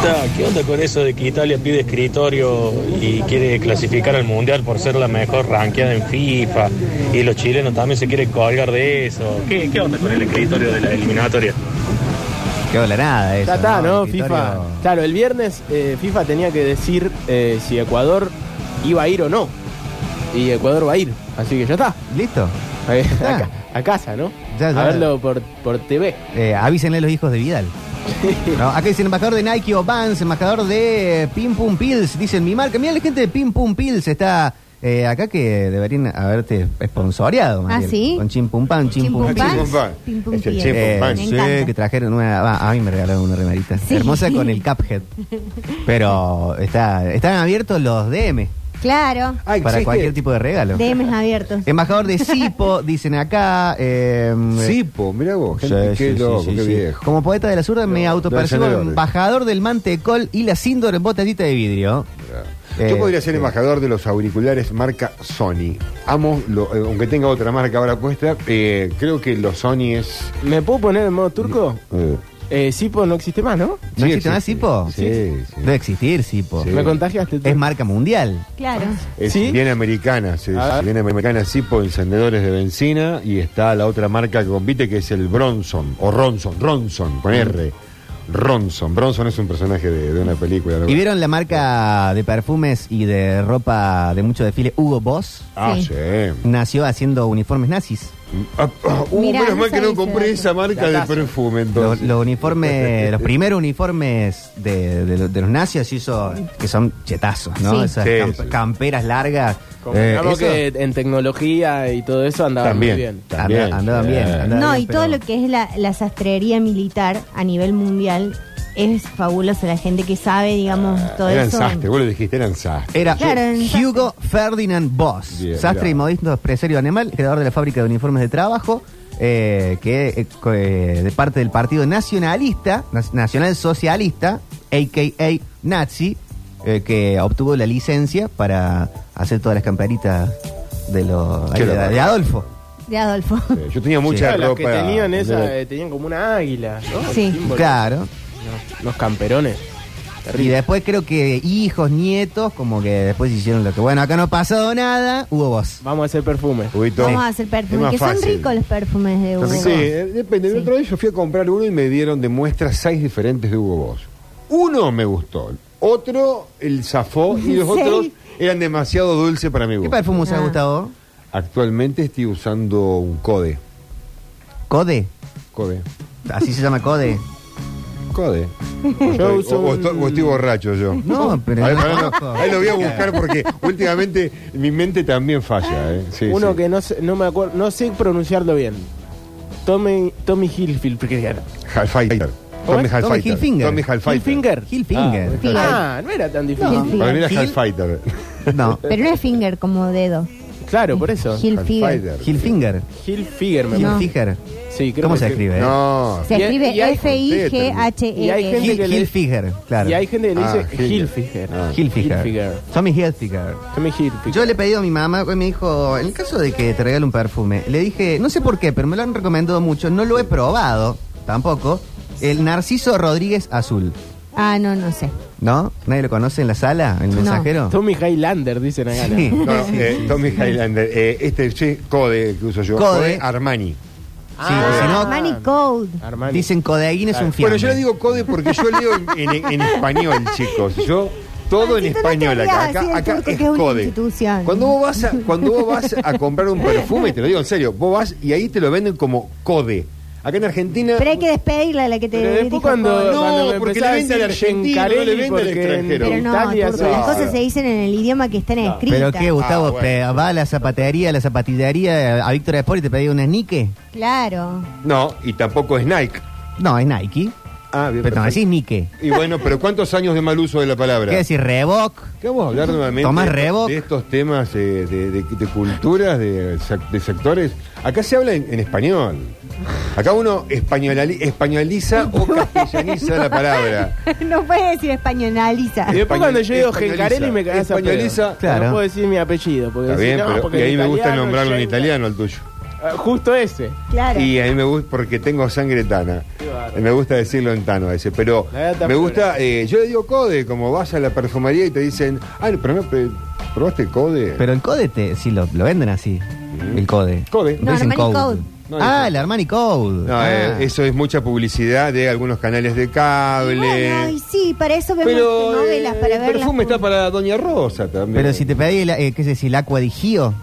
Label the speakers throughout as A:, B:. A: pregunta, ¿qué onda con eso de que Italia pide escritorio y quiere clasificar al Mundial por ser la mejor ranqueada en FIFA? Y los chilenos también se quieren colgar de eso. ¿Qué, qué onda con el escritorio de la eliminatoria?
B: Qué hola nada eso.
C: Ya está, ¿no?
B: Escritorio-
C: FIFA. Claro, el viernes eh, FIFA tenía que decir eh, si Ecuador iba a ir o no. Y Ecuador va a ir. Así que ya está.
B: Listo.
C: Eh,
B: Ah.
C: A, ca- a casa, ¿no?
B: Ya, ya.
C: A verlo por, por TV.
B: Eh, avísenle a los hijos de Vidal. No, acá dice el embajador de Nike o Vans, embajador de eh, Pim Pum Pills. Dicen mi marca. Mira la gente de Pim Pum Pills está eh, acá que deberían haberte sponsoreado. más
D: Ah,
B: bien.
D: ¿sí?
B: Con Chim Pum Pan, Chim Pum
D: Chimpum
B: Pils.
D: pan, chimpum
E: Chimpum pan. Ah, Es el
D: pie.
E: chimpum
B: Eh,
D: Me
E: pan.
B: sí,
D: encanta.
B: que trajeron una. va, a mí me regalaron una remerita.
D: Sí.
B: Hermosa con el Cuphead. Pero está, están abiertos los DM
D: Claro,
E: Ah,
B: para
E: existe.
B: cualquier tipo de regalo.
D: DMs abiertos.
B: Embajador de Sipo, dicen acá. eh,
E: Sí, po, mira vos, gente,
B: Sí,
E: qué
B: sí, sí,
E: loco,
B: sí,
E: qué
B: sí.
E: viejo.
B: Como poeta de la zurda me
E: No,
B: autopercibo
E: no, no, no, no.
B: embajador del mantecol y la síndrome en botellita de vidrio. Eh,
E: Yo podría ser
B: eh,
E: embajador de los auriculares marca Sony. Amo, lo- eh, aunque tenga otra marca ahora puesta, eh, creo que los Sony es.
C: ¿Me puedo poner en modo turco?
E: eh,
C: Eh, Sipo no existe más, ¿no?
B: ¿No
E: sí,
B: existe más Sipo?
E: Sí, sí.
B: Debe existir Sipo.
E: Sí.
C: Me contagiaste. tú.
B: Es marca mundial.
D: Claro.
E: Es
C: ¿Sí?
E: bien americana, sí,
C: Ah.
E: sí, bien americana, sí, por encendedores de benzina. Y está la otra marca que compite que es el Bronson, o Ronson, Ronson, con R. Ronson. Bronson es un personaje de, de una película. ¿no?
B: Mm. ¿Y vieron la marca de perfumes y de ropa de mucho desfile Hugo Boss?
E: Ah,
D: Sí.
E: sí.
B: Nació haciendo uniformes nazis.
E: Ah, ah, uh,
D: Mirá,
E: menos
D: no
E: mal que
D: sabía
E: no
D: ese
E: compré
D: dato.
E: esa marca de perfume,
B: Los,
E: entonces.
B: los uniformes, los primeros uniformes de, de los- de los nazis hizo, que son chetazos, ¿no?
D: Sí.
B: Esas
E: Sí,
B: camp-
E: sí.
B: camperas largas. Eh,
C: Convengamos
B: eso-
C: que en tecnología y todo eso andaba
E: También.
C: muy bien.
E: También,
B: Anda- andaban bien,
E: eh.
B: andaban
D: No,
B: bien,
D: y
B: pero-
D: todo lo que es la, la sastrería militar a nivel mundial es fabuloso. La gente que sabe, digamos, todo
E: eran
D: eso. Eh.
E: sastres, vos lo dijiste, eran sastres.
B: Era eh,
D: Claro, en
B: Hugo Ferdinand Boss,
E: Bien,
B: sastre y
E: mirá.
B: modisto empresario animal, creador de la fábrica de uniformes de trabajo, eh, que eh, co- eh, de parte del Partido Nacionalista, na- Nacional Socialista, a.k.a. Nazi, eh, que obtuvo la licencia para hacer todas las camperitas de, los
E: Qué
B: de-
E: loco.
B: de Adolfo.
D: De Adolfo.
E: Eh, Yo tenía mucha
C: Claro, las
E: ropa.
C: que tenían esa,
E: de-
C: eh, tenían como una águila, ¿no?
D: Sí.
C: El símbolo.
B: Claro.
C: No, Los camperones.
B: Y
C: Terrible.
B: después creo que hijos, nietos, como que después hicieron lo que, bueno, acá no ha pasado nada, hubo vos.
C: Vamos a hacer perfume.
E: Ubito.
D: Vamos a hacer
E: Es
D: perfumes,
E: más
D: que son
E: fácil.
D: ricos los perfumes de Hugo.
E: Sí, eh, depende. El
D: Sí.
E: otro día yo fui a comprar uno y me dieron de muestra seis diferentes de Hugo Boss. Uno me gustó, otro el zafó y los
D: Sí.
E: otros eran demasiado dulces para mi
B: ¿Qué
E: gusto.
B: perfume usás,
D: Ah.
B: Gustavo?
E: Actualmente estoy usando un Code.
B: ¿Code?
E: Code.
B: Así se llama Code.
E: Code. O estoy-
C: uso
E: o- o
C: un-
E: estoy, o estoy borracho yo.
B: No, pero
E: A ver,
B: no
E: pará, no.
B: conozco.
E: Ahí lo voy a buscar porque últimamente mi mente también falla. eh. Sí,
C: Uno
E: sí.
C: que no sé, no me acuerdo, no sé pronunciarlo bien. Tommy, Tommy Hilfield,
E: Halfighter.
C: ¿Cómo
E: Tommy
C: es?
B: Tommy
E: Halfighter.
B: Hilfinger.
E: Tommy Halfighter.
C: Hilfinger.
B: Hillfinger.
D: Finger.
C: Ah, no era tan difícil.
D: No.
E: Para mí era
B: Hil-
E: Halfighter.
B: No,
D: Pero no es finger como dedo.
C: Claro, por eso.
D: Hilfiger.
E: Halfighter.
B: Hillfinger.
C: Hilfiger me
D: No.
C: parece.
B: Hillfiger.
C: Sí, creo
B: ¿Cómo
C: que
B: se
C: sí.
B: escribe? eh?
E: No.
D: Se
C: Y-
D: escribe
C: y hay-
D: E
C: Y hay
D: F-I-G-H-E.
C: gente-
B: Hill-
C: que le-
B: Hillfiger, claro.
C: Y hay gente que le
E: Ah,
C: dice
E: Hilfiger.
C: Hilfiger.
E: Ah.
B: Hillfiger.
C: Hillfiger.
B: Tommy Hillfiger.
C: Tommy Hilfiger.
B: Yo le he pedido a mi mamá, hoy me dijo, en el caso de que te regale un perfume, le dije, no sé por qué, pero me lo han recomendado mucho, no lo he probado tampoco, el Narciso Rodríguez Azul.
D: Ah, no, no sé.
B: ¿No? ¿Nadie lo conoce en la sala, en el
D: No.
B: mensajero?
C: Tommy Highlander, dicen acá. ¿no?
B: Sí.
E: No, no, eh, Tommy Highlander. Eh, este sí, Code que uso yo.
B: Code.
E: Code, Armani.
B: Sí, si no,
D: Armani Gold.
C: Armani.
B: Dicen Codeín es un
E: Bueno,
B: fiambre.
E: yo le digo Code porque yo leo en, en- en español, chicos. Yo todo en
D: Ay, si tú no
E: español
D: te
E: acá.
D: olvidas
E: Acá,
D: así del
E: acá
D: turco,
E: es
D: que es una
E: Code.
D: institución.
E: Cuando vos vas a, cuando vos vas a comprar un perfume, te lo digo en serio, vos vas y ahí te lo venden como Code. Acá en Argentina.
D: Pero hay que despedirla de la que te
C: Pero
D: dijo
C: después cuando,
D: Paul.
E: No,
C: cuando me
E: porque
C: empezaba
E: le
C: a
E: vende al
C: decir
E: argentino, no le
C: Gencarelli,
E: vende al
C: porque en
E: extranjero.
D: Pero no,
C: Italia
D: turco,
C: se-
D: las cosas se dicen en el idioma que están escritas.
B: Pero qué, Gustavo,
E: Ah, bueno.
B: pe- va a la zapatería, a la zapatillería, eh, a Víctor Sport y te pedí un sneaker.
D: Claro.
E: No, y tampoco es Nike.
B: No, es Nike.
E: Ah, bien.
B: Pero no
E: perfecto.
B: decís Nike.
E: Y bueno, pero ¿cuántos años de mal uso de la palabra?
B: ¿Qué decís? Reebok.
E: ¿Qué vamos a hablar nuevamente
B: Tomás
E: de-
B: Reebok.
E: de estos temas eh, de, de- de culturas, de, sec- de sectores? Acá se habla en, en español. Acá uno españolali- españoliza o castellaniza la palabra.
D: no puedes decir españoliza.
C: Y después
E: Español-
C: cuando yo digo
E: españoliza.
C: Gencarelli me cagás a pedo.
E: Españoliza.
B: Claro.
C: No puedo decir mi apellido. Porque
E: Está
C: si
E: bien,
C: no,
E: pero
C: porque
E: y a
C: en
E: mí me gusta
C: italiano,
E: nombrarlo en
C: Genca-
E: italiano al tuyo.
C: Ah, Justo ese.
D: Claro.
E: Y a mí me gusta porque tengo sangre tana.
C: Claro.
E: Me gusta decirlo en Tano ese, pero
C: La gata
E: me
C: flora.
E: gusta, eh, yo le digo code, como vas a la perfumería y te dicen, ah, pero no, pero- probaste code.
B: Pero el code, te, sí, lo, lo venden así. El code.
E: Mm. Code.
B: No, dicen
D: Armani
B: code.
D: Code.
E: No
B: ah,
E: dicen.
B: el Armani Code.
E: No,
B: Ah.
E: eh, eso es mucha publicidad de algunos canales de cable.
D: Bueno, ay, sí, para eso vemos
E: pero
D: este novelas,
E: eh,
D: para
E: el
D: ver
E: perfume está para Doña Rosa también.
B: Pero si te pedí, el, eh, qué sé, si el Aqua di Gio,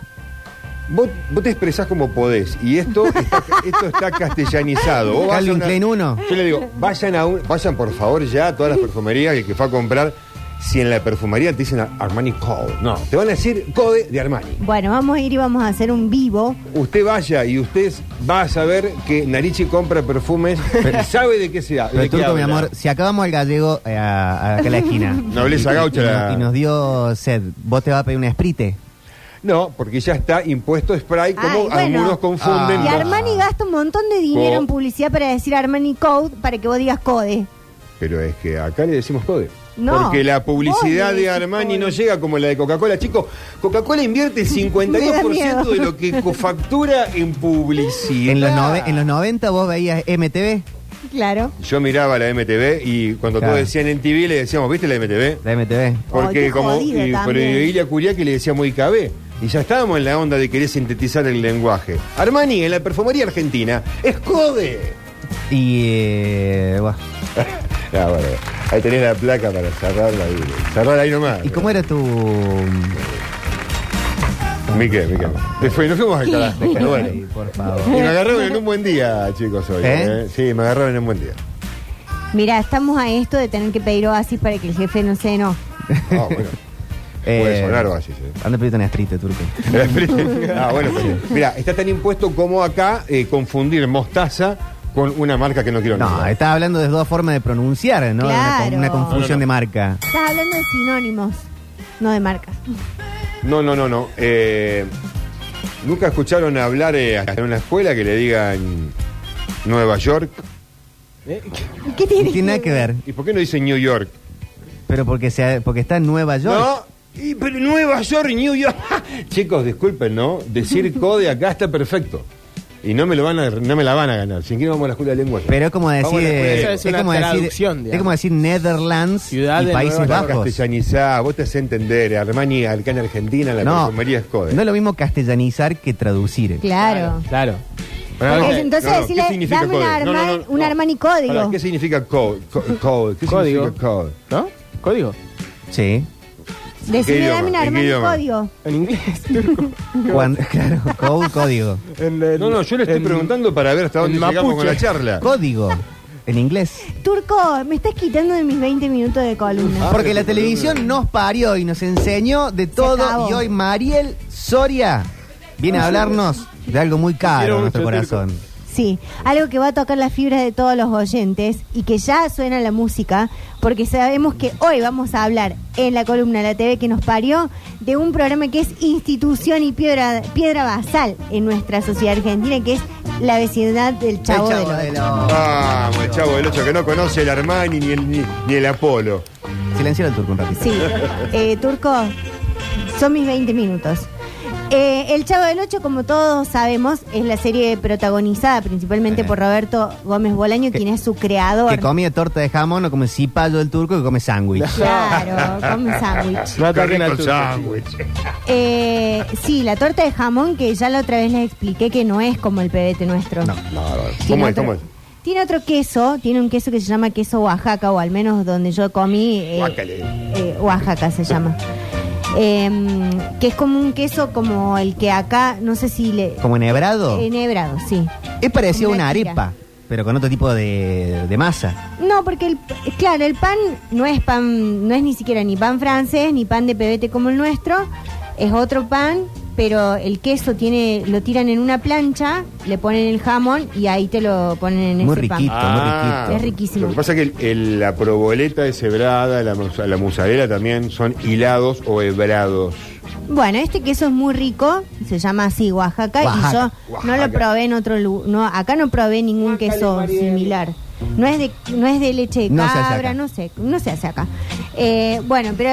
E: Vos, vos te expresás como podés y esto está, esto está castellanizado. Vos vas a
B: Calvin
E: una-
B: Klein 1.
E: Yo le digo, vayan, a un- vayan por favor ya a todas las perfumerías, el que fue a comprar, si en la perfumería te dicen Armani Code. No, te van a decir Code de Armani.
D: Bueno, vamos a ir y vamos a hacer un vivo.
E: Usted vaya y usted va a saber que Narichi compra perfumes y sabe de qué sea.
B: Pero
E: de qué
B: Turco, mi
E: habla.
B: amor, si acabamos el gallego eh, a, a acá a la esquina.
E: Nobleza
B: Y- y-
E: gaucha
B: Y,
E: la-
B: nos- y nos dio sed. ¿Vos te vas a pedir un sprite?
E: No, porque ya está impuesto spray, como
D: Ay, bueno.
E: algunos
B: Ah.
E: confunden.
D: Y
E: con-
D: Armani gasta un montón de dinero
E: Ah. Co-
D: en publicidad para decir Armani Code para que vos digas Code.
E: Pero es que acá le decimos code.
D: No,
E: Porque la publicidad
D: vos le
E: de
D: decís
E: Armani
D: code.
E: no llega como la de Coca-Cola. Chicos, Coca-Cola invierte el
D: Me da
E: 52%
D: miedo.
E: de lo que co- factura en publicidad.
B: En los, nove- en los 90 vos veías MTV.
D: Claro.
E: Yo miraba la MTV y cuando
B: Claro.
E: todos decían en TV le decíamos, ¿viste la MTV?
B: La MTV.
E: Porque
D: Ay, qué
E: como
D: jodido
E: y, por
D: también.
E: Ilia Curiaki le decíamos IKB. Y ya estábamos en la onda de querer sintetizar el lenguaje. Armani, en la perfumería argentina, es code.
B: Y. eh, buah.
E: Ah, bueno, ahí tenés la placa para cerrarla ahí. Cerrarla ahí nomás.
B: ¿Y cómo era tu.?
E: Miquel, Miquel. Te fue- nos fuimos al carajo. pero
B: Ay,
E: bueno.
B: por
E: Y
B: favor.
E: me agarraron en un buen día, chicos,
B: ¿Eh?
E: hoy. ¿eh? Sí, me agarraron en un buen día.
D: Mira, estamos a esto de tener que pedir oasis para que el jefe no se no.
E: Ah, bueno. Puede
B: Eh,
E: sonar o así, sí.
B: Anda a pedirte un sprite, Turco.
E: ah, bueno, mira, está tan impuesto como acá eh, confundir mostaza con una marca que no quiero
B: No,
E: nombrar.
B: estaba hablando de dos formas de pronunciar, ¿no?
D: Claro.
B: Una, una confusión de marca.
D: Estás hablando de sinónimos, no de marcas.
E: No, no, no, no. Eh, Nunca escucharon hablar eh, hasta en una escuela que le digan Nueva York.
C: ¿Eh?
D: ¿Qué
B: No
D: tiene,
B: tiene nada que ver.
E: ¿Y por qué no dicen New York?
B: Pero porque, se, porque está en Nueva York.
E: No, y, pero Nueva York, New York. Chicos, disculpen, ¿no? Decir code acá está perfecto. Y no me, lo van a, no me la van a ganar. Sin que vamos a la escuela de lengua.
B: Pero es como
C: Ah,
B: decir.
E: Vamos a la escuela.
B: eh,
E: Esa
C: pues, es
B: es,
C: una
B: como decir
C: traducción,
B: es
C: digamos.
B: como decir Netherlands
C: Ciudad
B: y
C: de
B: Países
C: Nueva York.
B: Bajos.
E: Castellanizá, vos te haces entender. eh, Armani, acá en Argentina, la
B: No,
E: perfumería es code.
B: no es lo mismo castellanizar que traducir.
D: Claro.
C: Claro.
D: Porque
E: no,
D: entonces
E: no, no,
D: decirle,
E: ¿qué significa
D: dame un
E: code?
D: Armani-
E: No, no, no,
D: un
E: no.
D: Armani código.
E: Pará, ¿Qué significa code? Co- code. ¿Qué
C: Código.
E: significa code?
C: ¿No? ¿Código?
B: Sí.
D: Decime,
E: ¿Qué
D: dame un
E: idioma? ¿En qué
D: Armani
E: idioma?
D: código.
C: En inglés, turco.
B: Cuando- claro, code, código.
C: En- en-
E: No, no, yo le estoy
C: en-
E: preguntando para ver hasta
C: en
E: dónde llegamos
C: mapuche.
E: con la charla.
B: Código. En inglés.
D: Turco, me estás quitando de mis 20 minutos de
B: Ah,
D: columna.
B: Porque la televisión nos parió y nos enseñó de todo.
D: acabó.
B: Y hoy Mariel Soria viene a hablarnos de algo muy caro
C: quiero
B: a nuestro
C: mucho,
B: corazón.
D: Sí, algo que va a tocar las fibras de todos los oyentes y que ya suena la música, porque sabemos que hoy vamos a hablar en la columna de la TV que nos parió de un programa que es institución y piedra, piedra basal en nuestra sociedad argentina, que es la vecindad del Chavo,
B: El Chavo
D: del Ocho.
B: del Ocho.
E: Vamos, el chavo del 8 que no conoce el Armani ni el, ni, ni el Apolo.
B: Silenciar el turco un ratito.
D: Sí, Eh, Turco, son mis 20 minutos. Eh, el Chavo del Ocho, como todos sabemos, es la serie protagonizada principalmente
B: Ajá.
D: por Roberto Gómez Bolaño, quien es su creador.
B: Eh. Que comía torta de jamón o come cipallo del turco que come sándwich.
D: Claro, come sándwich.
C: No
E: Qué
C: ataquen
E: rico
C: al
E: el
C: turco,
E: sándwich.
D: Eh, sí, la torta de jamón que ya la otra vez les expliqué que no es como el pebete nuestro.
B: No.
E: No, no,
D: Tiene
E: ¿Cómo es?
D: otro-
E: ¿Cómo es?
D: Tiene otro queso, tiene un queso que se llama queso Oaxaca, o al menos donde yo comí. eh,
E: Guácale.
D: eh, Oaxaca se llama. Em, que es como un queso como el que acá, no sé si le.
B: Como enhebrado.
D: Enhebrado, sí.
B: Es parecido a
D: Como
B: una
D: una tira.
B: arepa, pero con otro tipo de, de masa.
D: No, porque el, claro, el pan no es pan, no es ni siquiera ni pan francés ni pan de pebete como el nuestro, es otro pan, pero el queso tiene, lo tiran en una plancha, le ponen el jamón y ahí te lo ponen en
B: Muy
D: ese
B: riquito,
D: pan.
B: muy riquito.
D: Es riquísimo.
E: Ah. Lo que pasa es que el- el- la proboleta es hebrada, la, mus- la mozzarella también son hilados o hebrados.
D: Bueno, este queso es muy rico, se llama así Oaxaca,
B: Oaxaca,
D: y yo no
E: Oaxaca.
D: lo probé en otro lugar, no, acá no probé ningún queso similar. No es de, no es de leche de
B: No se hace acá.
D: cabra, no sé, no se hace acá. Eh, bueno, pero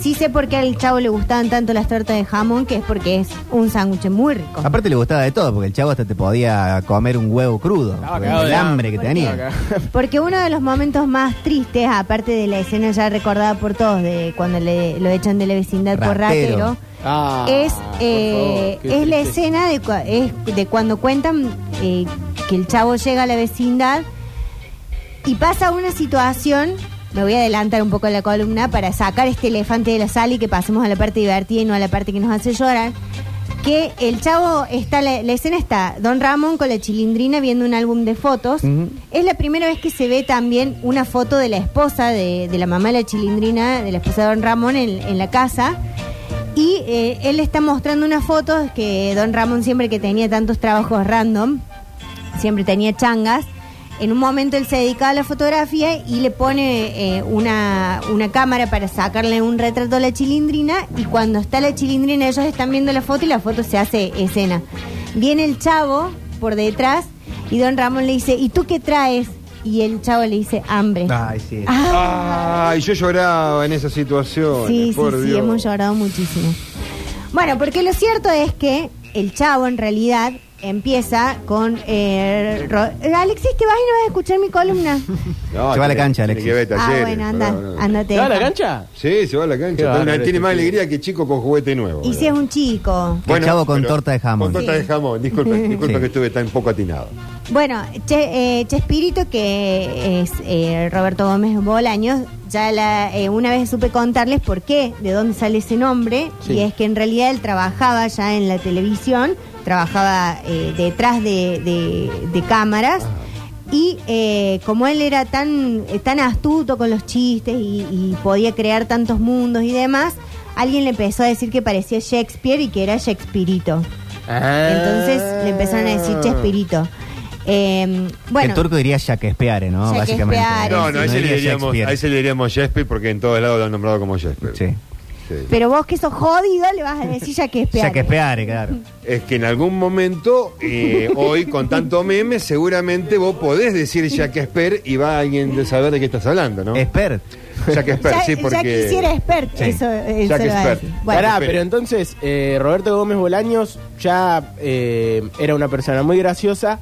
D: sí sé por qué al chavo le gustaban tanto las tortas de jamón, que es porque es un sándwich muy rico.
B: Aparte le gustaba de todo, porque el chavo hasta te podía comer un huevo crudo.
C: Estaba
B: por
C: cagado
B: el
C: de
B: hambre que
C: Acá.
B: tenía.
D: Porque uno de los momentos más tristes, aparte de la escena ya recordada por todos, de cuando le, lo echan de la vecindad por
B: Ratero.
D: ratero,
C: Ah,
D: es,
C: por
D: eh,
C: favor, qué
D: es la
C: tristeza.
D: escena de, cua- es de cuando cuentan eh, que el chavo llega a la vecindad y pasa una situación. Me voy a adelantar un poco la columna para sacar este elefante de la sala y que pasemos a la parte divertida y no a la parte que nos hace llorar. Que el chavo está, la, la escena está, Don Ramón con la chilindrina viendo un álbum de fotos.
B: Ujú.
D: Es la primera vez que se ve también una foto de la esposa, de, de la mamá de la chilindrina, de la esposa de Don Ramón en- en la casa. Y eh, él está mostrando unas fotos que Don Ramón siempre que tenía tantos trabajos random, siempre tenía changas. En un momento él se dedicaba a la fotografía y le pone eh, una, una cámara para sacarle un retrato a la chilindrina y cuando está la chilindrina ellos están viendo la foto y la foto se hace escena. Viene el chavo por detrás y don Ramón le dice, ¿y tú qué traes? Y el chavo le dice, hambre.
B: Ay, sí.
D: Ah,
E: Ay, yo lloraba en esa situación.
D: Sí, sí, sí, hemos llorado muchísimo. Bueno, porque lo cierto es que el chavo en realidad empieza con... eh, ro- eh, Alexis, ¿te vas y no vas a escuchar mi columna?
B: Se va a la cancha, Alexis.
D: ah, bueno, anda, andate.
C: ¿Te va a la cancha?
E: Sí, se va a la cancha.
C: Qué
E: Tiene-
C: bárbaro
E: tiene
C: este
E: más
C: pibe.
E: alegría que chico con juguete nuevo.
D: Y si es un chico.
B: chavo con torta de jamón.
E: Con torta
D: Sí.
E: de jamón. Disculpa, disculpa
B: Sí.
E: que estuve tan poco atinado.
D: Bueno, Che- eh, Chespirito, que es eh, Roberto Gómez Bolaños, ya la, eh, una vez supe contarles por qué, de dónde sale ese nombre,
C: Sí.
D: y es que en realidad él trabajaba ya en la televisión, trabajaba eh, detrás de, de- de cámaras. Y eh, como él era tan, eh, tan astuto con los chistes y, y podía crear tantos mundos y demás, alguien le empezó a decir que parecía Shakespeare y que era Shakespearito. Entonces le empezaron a decir Chespirito. Eh,
B: el
D: bueno,
B: turco diría Shakespeare, ¿no?
D: Shakespeare,
B: Básicamente.
E: No, no, a ese, le
B: diría
E: diríamos,
B: Shakespeare.
E: a ese le diríamos Shakespeare porque en todos lados lo han nombrado como Shakespeare.
B: Sí.
E: Sí.
D: pero vos que sos jodido le vas a decir ya que esperar.
B: Shakespeare, claro.
E: Es que en algún momento, eh, hoy con tanto meme, seguramente vos podés decir Shakespeare y va alguien de saber de qué estás hablando, ¿no?
B: Expert.
E: Shakespeare,
D: Ya,
E: sí, porque.
D: ya quisiera expert,
B: Sí.
D: eso, eso lo
E: Jack
D: va a
E: Expert.
D: decir.
E: Bueno.
C: Pará,
E: Espere.
C: pero entonces eh, Roberto Gómez Bolaños ya eh, era una persona muy graciosa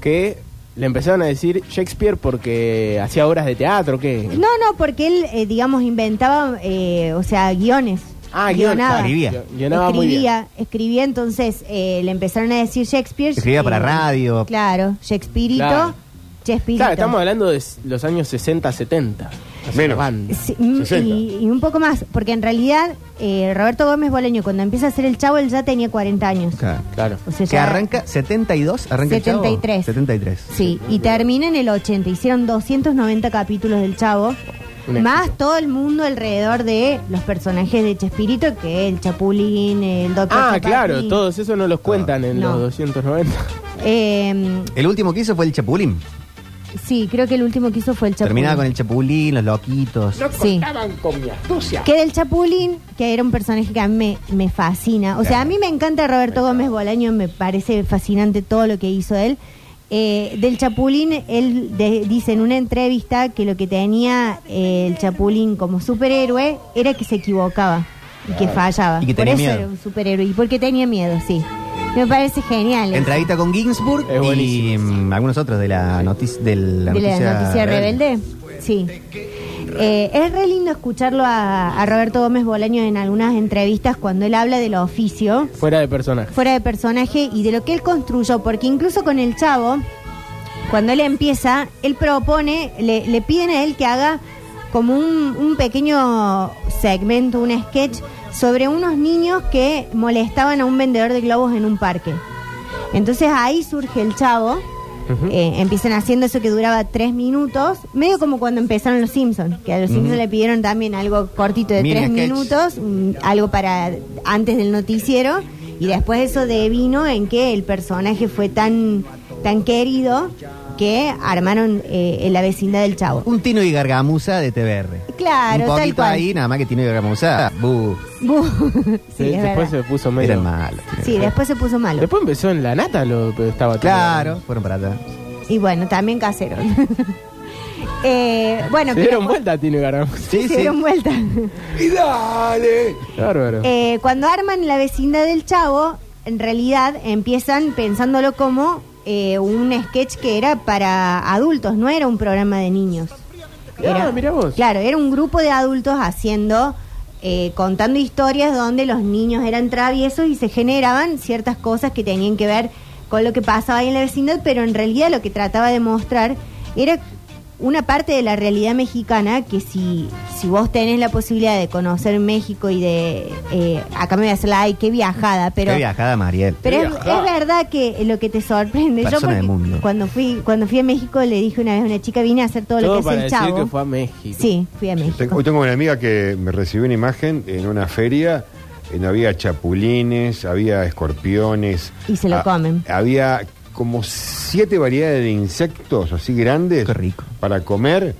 C: que le empezaron a decir Shakespeare porque hacía obras de teatro, ¿qué?
D: No, no, porque él, eh, digamos, inventaba, eh, o sea, guiones.
C: Ah, guion-
D: Guionaba.
B: escribía.
C: Guio- guionaba muy bien.
D: escribía, escribía, entonces eh, le empezaron a decir Shakespeare.
B: Escribía para
D: eh,
B: radio.
D: Claro, Shakespearito,
C: Claro.
D: Chespirito.
C: Claro, estamos hablando de s- los años 60, 70.
E: Menos.
C: Banda.
D: Sí, mm,
E: 60.
D: y, y un poco más, porque en realidad eh, Roberto Gómez Boleño, cuando empieza a ser el chavo, él ya tenía 40 años.
C: Claro.
D: O sea,
B: Que
D: ya-
B: arranca 72, arranca el chavo?
D: 73.
B: 73.
D: Sí, y termina en el 80. Hicieron 290 capítulos del chavo.
C: Un éxito.
D: Más todo el mundo alrededor de los personajes de Chespirito, que el Chapulín, el Doctor
C: Ah,
D: Chapatín.
C: claro, todos esos no los cuentan en
D: No.
C: los 290.
D: Eh,
B: El último que hizo fue el Chapulín.
D: sí, creo que el último que hizo fue el Chapulín.
B: Terminaba con el Chapulín, los loquitos.
D: Sí. Que del Chapulín, que era un personaje que a mí me, me fascina. O sea, a mí me encanta Roberto Gómez Bolaño, me parece fascinante todo lo que hizo él. Eh, del Chapulín, él de- dice en una entrevista que lo que tenía eh, el Chapulín como superhéroe era que se equivocaba y que fallaba.
B: Y que
D: Por
B: tenía
D: eso
B: miedo.
D: era un superhéroe y porque tenía miedo, sí. Me parece genial. eso.
B: Entrevista con Ginsburg
C: Es
B: y
C: buenísimo.
B: mm, algunos otros de la, noticia de la
D: de la
B: noticia,
D: noticia rebelde. Sí. Eh, es re lindo escucharlo a, a Roberto Gómez Bolaño en algunas entrevistas cuando él habla de lo oficio,
C: Fuera de personaje.
D: fuera de personaje y de lo que él construyó, porque incluso con el chavo, cuando él empieza, él propone, le, le piden a él que haga como un, un pequeño segmento, un sketch sobre unos niños que molestaban a un vendedor de globos en un parque. Entonces ahí surge el chavo. Eh, empiezan haciendo eso que duraba tres minutos, medio como cuando empezaron los Simpsons, que a los Simpsons le pidieron también algo cortito de
B: Mini
D: tres
B: sketch.
D: minutos, mm, algo para antes del noticiero, y después eso de vino en que el personaje fue tan, tan querido que armaron eh, en la vecindad del chavo.
B: Un Tino y Gargamusa de TBR.
D: Claro,
B: Un
D: tal
B: poquito
D: cual.
B: ahí, nada más que Tino y Gargamusa. Bu,
D: Bu- sí,
C: Sí,
D: es
C: después
D: verdad.
C: se puso medio.
B: eran malos.
D: Sí, después se puso malo.
C: Después empezó en la nata, lo, pero estaba todo-
B: Claro, fueron para atrás.
D: Y bueno, también casero. Eh, bueno,
C: Se
D: pero-
C: dieron vuelta, Tino y Garamuz.
D: Sí, se dieron vuelta.
E: ¡Y dale!
C: Bárbaro.
D: Eh, cuando arman la vecindad del Chavo, en realidad empiezan pensándolo como eh, un sketch que era para adultos, no era un programa de niños.
C: Ah, mirá vos.
D: Claro, era un grupo de adultos haciendo, eh, contando historias donde los niños eran traviesos y se generaban ciertas cosas que tenían que ver con lo que pasaba ahí en la vecindad, pero en realidad lo que trataba de mostrar era una parte de la realidad mexicana que si, si vos tenés la posibilidad de conocer México y de... eh, acá me voy a hacer la... ¡Ay, qué viajada! Pero
B: Qué viajada, Mariel.
D: pero
C: Qué
D: es,
C: viajada.
D: es verdad que lo que te sorprende. Yo
B: Persona del
D: porque
B: mundo.
D: cuando fui cuando fui a México le dije una vez a una chica vine a hacer todo, lo
C: Todo
D: que hace
C: para
D: el
C: decir
D: chavo.
C: que fue a México.
D: Sí, fui a
E: Tengo-
D: México.
E: Hoy tengo una amiga que me recibió una imagen en una feria. En, había chapulines, había escorpiones.
D: Y se lo
E: Ah,
D: comen.
E: Había como siete variedades de insectos así grandes.
B: Qué rico.
E: Para comer.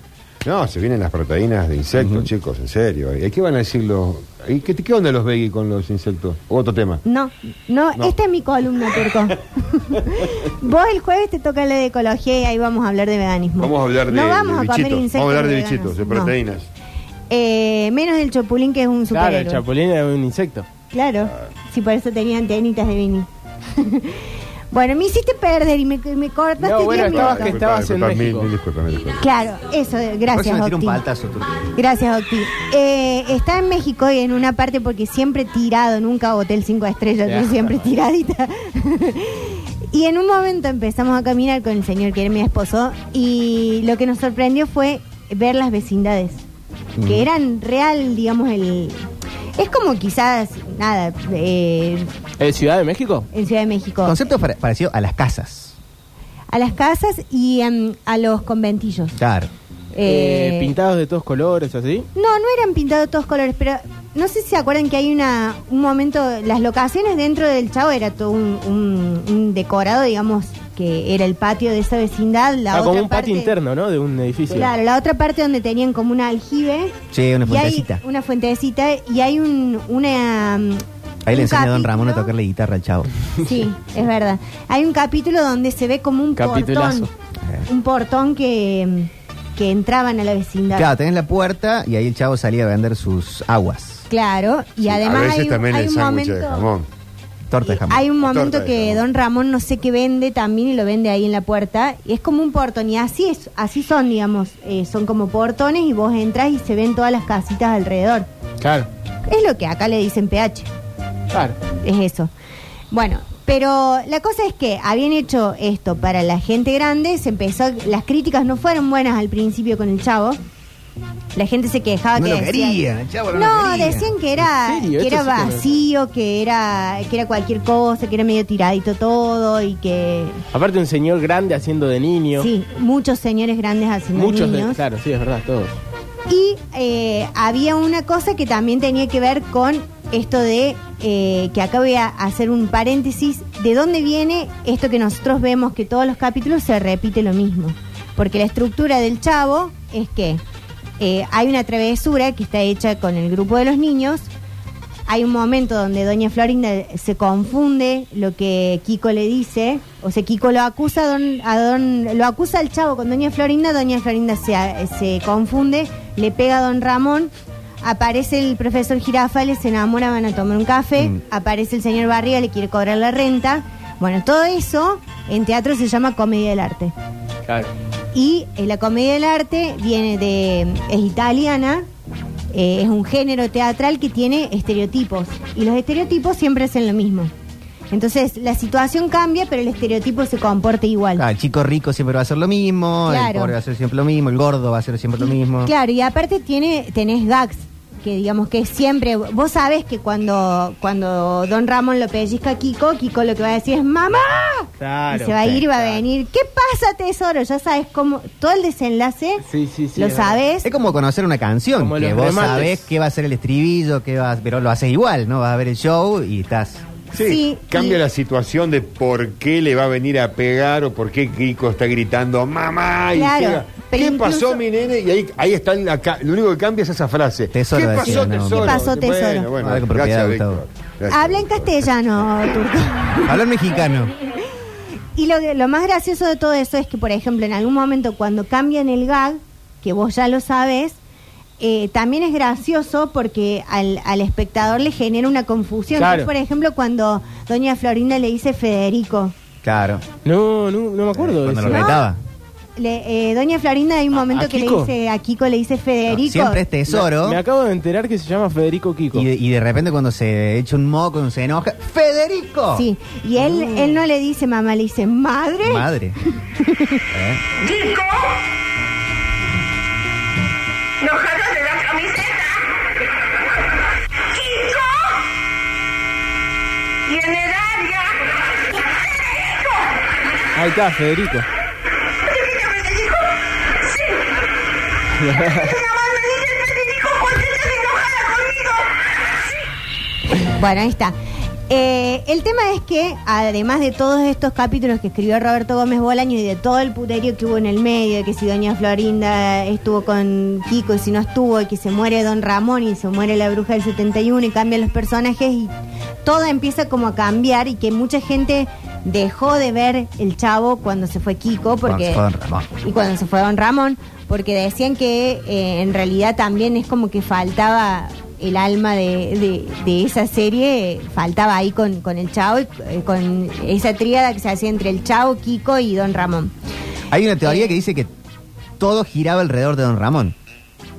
E: No, se vienen las proteínas de insectos, chicos, en serio. ¿Y qué van a decir los.? ¿Y qué, qué onda los veggie con los insectos? ¿O otro tema?
D: No, no,
E: No.
D: esta es mi columna, Turco. Vos el jueves te toca la de ecología y ahí vamos a hablar de veganismo.
E: Vamos a hablar de,
D: no
E: de
D: vamos a comer
E: bichitos.
D: insectos
E: vamos a hablar de
D: veganos,
E: bichitos, de
D: no.
E: proteínas.
D: Eh, menos el chapulín que es un
C: Claro, el
D: superhéroe.
C: chapulín era un insecto.
D: Claro, si por eso tenían antenitas de vinil. bueno, me hiciste perder y me, me cortaste
C: No, bueno,
D: 10
C: estabas
D: minutos.
C: que estabas en
E: Disculpa, mil-
C: México.
E: mil disculpas, mil disculpas.
D: Claro, eso, gracias,
B: Próximo tiro un
D: Octi.
B: paltazo, tú.
D: Gracias, Octi. Eh, está en México y en una parte porque siempre tirado, nunca hotel cinco estrellas,
C: Ya.
D: yo siempre tiradita. y en un momento empezamos a caminar con el señor que era mi esposo y lo que nos sorprendió fue ver las vecindades, que eran real, digamos, el... Es como quizás, nada, eh,
C: ¿Eh, Ciudad de México?
D: en Ciudad de México,
B: Concepto pare- parecido a las casas.
D: a las casas y em, a los conventillos.
B: Claro.
C: Eh,
D: Eh,
C: pintados de todos colores, así.
D: No, no eran pintados todos colores, pero no sé si se acuerdan que hay una, un momento, las locaciones dentro del Chavo era todo un, un- un decorado, digamos, que era el patio de esa vecindad. La
C: ah,
D: otra
C: como un patio
D: parte-
C: interno, ¿no? De un edificio.
D: Claro, la otra parte donde tenían como un aljibe.
B: Sí, una
D: y hay
B: fuentecita.
D: una fuentecita y hay un, una... um,
B: Ahí le
D: un
B: enseña a Don Ramón a
D: capítulo-
B: tocarle guitarra al chavo.
D: Sí, es verdad. Hay un capítulo donde se ve como un
C: Capitulazo.
D: portón. Un portón que, mm, que entraban a la vecindad.
B: Claro, tenés la puerta y ahí el chavo salía a vender sus aguas.
D: Claro, y además
E: a veces
D: hay, un-
E: también
D: hay
E: el
D: un
E: sándwich de
D: momento-
E: jamón.
B: Torta de jamón.
D: Hay un
E: La
D: momento
E: torta de
D: que
E: jamón.
D: Don Ramón no sé qué vende también y lo vende ahí en la puerta. Y es como un portón. Y así, es, así son, digamos. eh, son como portones y vos entras y se ven todas las casitas alrededor.
C: Claro.
D: Es lo que acá le dicen PH.
C: Claro.
D: Es eso. Bueno, pero la cosa es que habían hecho esto para la gente grande. Se empezó. Las críticas no fueron buenas al principio con el chavo. La gente se quejaba
B: No
D: que
B: lo
D: decían-
B: querían, el chavo no lo
D: no,
B: querían.
D: decían que era,
C: ¿En serio?
D: que
C: Esto
D: era
C: sí que no-
D: vacío, que era, que era cualquier cosa, que era medio tiradito todo y que
C: Aparte, un señor grande haciendo de niño.
D: sí, muchos señores grandes haciendo
C: Muchos de-
D: niños.
C: Claro, sí, es verdad, todos.
D: Y eh, había una cosa que también tenía que ver con esto de eh, que acá voy a hacer un paréntesis, de dónde viene esto que nosotros vemos que todos los capítulos se repite lo mismo. Porque la estructura del chavo es que eh, hay una travesura que está hecha con el grupo de los niños. Hay un momento donde Doña Florinda se confunde lo que Kiko le dice, o sea, Kiko lo acusa a don, a don- lo acusa al chavo con Doña Florinda, Doña Florinda se, a- se confunde, le pega a Don Ramón, aparece el profesor Girafales, se enamora, van a tomar un café,
B: Mm.
D: aparece el señor Barriga, le quiere cobrar la renta. Bueno, todo eso en teatro se llama comedia del arte.
C: Claro.
D: Y eh, la comedia del arte viene de. es italiana, eh, es un género teatral que tiene estereotipos. Y los estereotipos siempre hacen lo mismo. Entonces, la situación cambia, pero el estereotipo se comporta igual.
B: Ah, el chico rico siempre va a hacer lo mismo, el
D: Claro.
B: pobre va a hacer siempre lo mismo, el gordo va a hacer siempre lo mismo.
D: Claro, y aparte tiene, tenés gags, que digamos que siempre, vos sabés que cuando, cuando Don Ramón lo pellizca a Kiko, Kiko lo que va a decir es ¡Mamá!
C: Claro.
D: y se va a
C: Sí,
D: ir y va
C: claro.
D: a venir, ¿qué pasa tesoro? Ya sabes cómo, todo el desenlace,
C: Sí, sí, sí.
D: lo
C: es verdad.
D: sabés.
B: Es como conocer una canción,
C: Como
B: que
C: los
B: vos
C: remates.
B: sabés qué va a ser el estribillo, qué va, pero lo haces igual, ¿no? Vas a ver el show y estás.
E: Sí,
D: Sí,
E: cambia
D: y-
E: la situación de por qué le va a venir a pegar o por qué Kiko está gritando mamá y
D: Claro,
E: pega.
D: pero
E: ¿Qué
D: incluso-
E: pasó, mi nene? Y ahí, ahí está, la ca- lo único que cambia es esa frase.
B: Tesoro
E: ¿Qué
B: decía,
E: pasó,
B: no,
E: tesoro?
D: ¿Qué pasó, tesoro?
E: Bueno, bueno,
B: Habla con propiedad,
E: gracias,
B: Gustavo.
E: Víctor. Gracias,
D: Habla en
E: Víctor.
D: castellano, Turco.
B: Hablar mexicano.
D: Y lo, lo más gracioso de todo eso es que, por ejemplo, en algún momento cuando cambian el gag, que vos ya lo sabes, eh, también es gracioso porque al, al espectador le genera una confusión.
C: Claro.
D: Por ejemplo, cuando doña Florinda le dice Federico.
B: Claro.
C: No, no, no me acuerdo de
B: Cuando
C: eso.
B: lo retaba.
D: Le- eh, doña Florinda hay un momento
C: ¿A
D: que
C: Kiko? este,
D: le dice a Kiko, le dice Federico.
B: Siempre es tesoro.
C: Me acabo de enterar que se llama Federico Kiko.
B: Y de, y de repente cuando se echa un moco, cuando se enoja,
C: oh.
B: ¡Federico!
D: Sí, y él,
C: Mm.
D: él no le dice mamá, le dice madre.
B: Madre. ¿Eh?
F: ¡Kiko! ¡No jalas de la camiseta! ¡Kiko! ¡Y en el área! ¡Federico!
C: Ahí está, Federico.
F: ¿Te viste Federico? ¡Sí! ¡Mi mamá me dice Federico cuando estás enojada conmigo! ¡Sí!
D: Bueno, ahí está. Eh, el tema es que, además de todos estos capítulos que escribió Roberto Gómez Bolaño y de todo el puterío que hubo en el medio, de que si Doña Florinda estuvo con Kiko y si no estuvo, y que se muere Don Ramón y se muere la bruja del 71 y cambian los personajes y todo empieza como a cambiar y que mucha gente dejó de ver el chavo cuando se fue Kiko porque...
B: Cuando se fue Don Ramón.
D: Y cuando se fue Don Ramón, porque decían que eh, en realidad también es como que faltaba el alma de, de- de esa serie, eh, faltaba ahí con, con el Chavo, y, eh, con esa tríada que se hacía entre el Chavo, Kiko y Don Ramón.
B: Hay una teoría que dice que todo giraba alrededor de Don Ramón.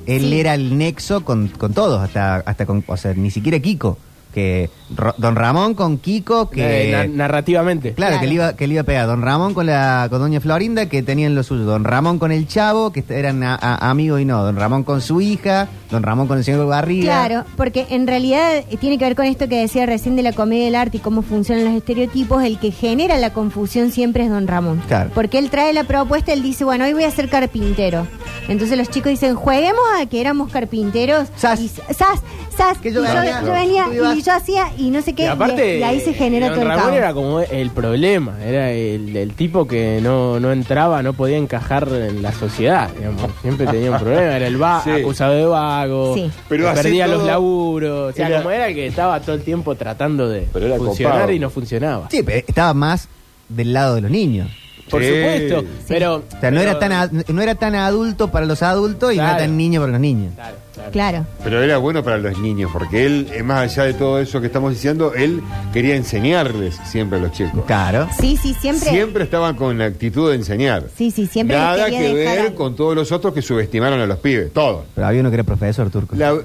B: Él
D: Sí.
B: era el nexo con, con todos, hasta, hasta con, o sea, ni siquiera Kiko. Que Ro- Don Ramón con Kiko, que...
C: Eh, na- narrativamente.
B: Claro,
D: Claro.
B: Que, le iba, que le iba a pegar Don Ramón con la con Doña Florinda, que tenían lo suyo. Don Ramón con el chavo, que eran a- a- amigos y no. Don Ramón con su hija, Don Ramón con el señor Barriga.
D: Claro, porque en realidad eh, tiene que ver con esto que decía recién de la comedia del arte y cómo funcionan los estereotipos. El que genera la confusión siempre es Don Ramón.
B: Claro.
D: Porque él trae la propuesta, él dice, bueno, hoy voy a ser carpintero. Entonces los chicos dicen, juguemos a que éramos carpinteros.
B: Sas.
D: Y, s- sas, sas.
B: Que yo
D: Y
B: venía,
D: yo venía
B: tú ibas.
D: y yo hacía y no sé
C: Y
D: qué.
C: aparte, eh,
D: y, y ahí se genera
C: Don
D: todo el
C: Ramón
D: caos.
C: era como el problema, era el, el tipo que no, no entraba, no podía encajar en la sociedad, digamos. Siempre tenía un problema, era el va
E: Sí.
C: acusado de vago,
D: Sí.
E: Pero
C: que
E: así
C: perdía
E: todo,
C: los laburos, o sea,
E: era-
C: como era el que estaba todo el tiempo tratando de
E: Pero era
C: funcionar
E: copado.
C: y no funcionaba.
B: Sí, pero estaba más del lado de los niños.
C: Por
E: Sí.
C: supuesto,
E: Sí.
C: pero...
B: O sea, no era,
C: pero-
B: tan, a- no era tan adulto para los adultos y no
C: Claro.
B: era tan niño para los niños.
C: Claro, claro.
D: Claro.
E: Pero era bueno para los niños, porque él, eh, más allá de todo eso que estamos diciendo, él quería enseñarles siempre a los chicos.
B: Claro.
D: Sí, sí, siempre.
E: Siempre, estaban con la actitud de enseñar.
D: Sí, sí, siempre les
E: Nada
D: quería
E: que
D: dejar
E: ver
D: algo.
E: con todos los otros que subestimaron a los pibes, todos.
B: Pero había uno que era profesor turco.
E: La-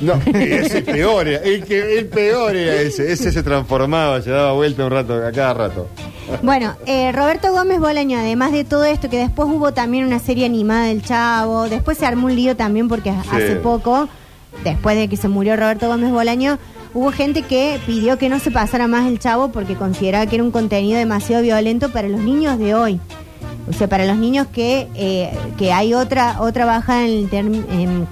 E: no, ese peor era, el, que, el peor era ese, ese se transformaba, se daba vuelta un rato, a cada rato.
D: Bueno, eh, Roberto Gómez Bolaño, además de todo esto, que después hubo también una serie animada del Chavo, después se armó un lío también porque hace poco, después de que se murió Roberto Gómez Bolaño, hubo gente que pidió que no se pasara más el Chavo porque consideraba que era un contenido demasiado violento para los niños de hoy. O sea, para los niños que, eh, que hay otra, otra baja en, el term- en-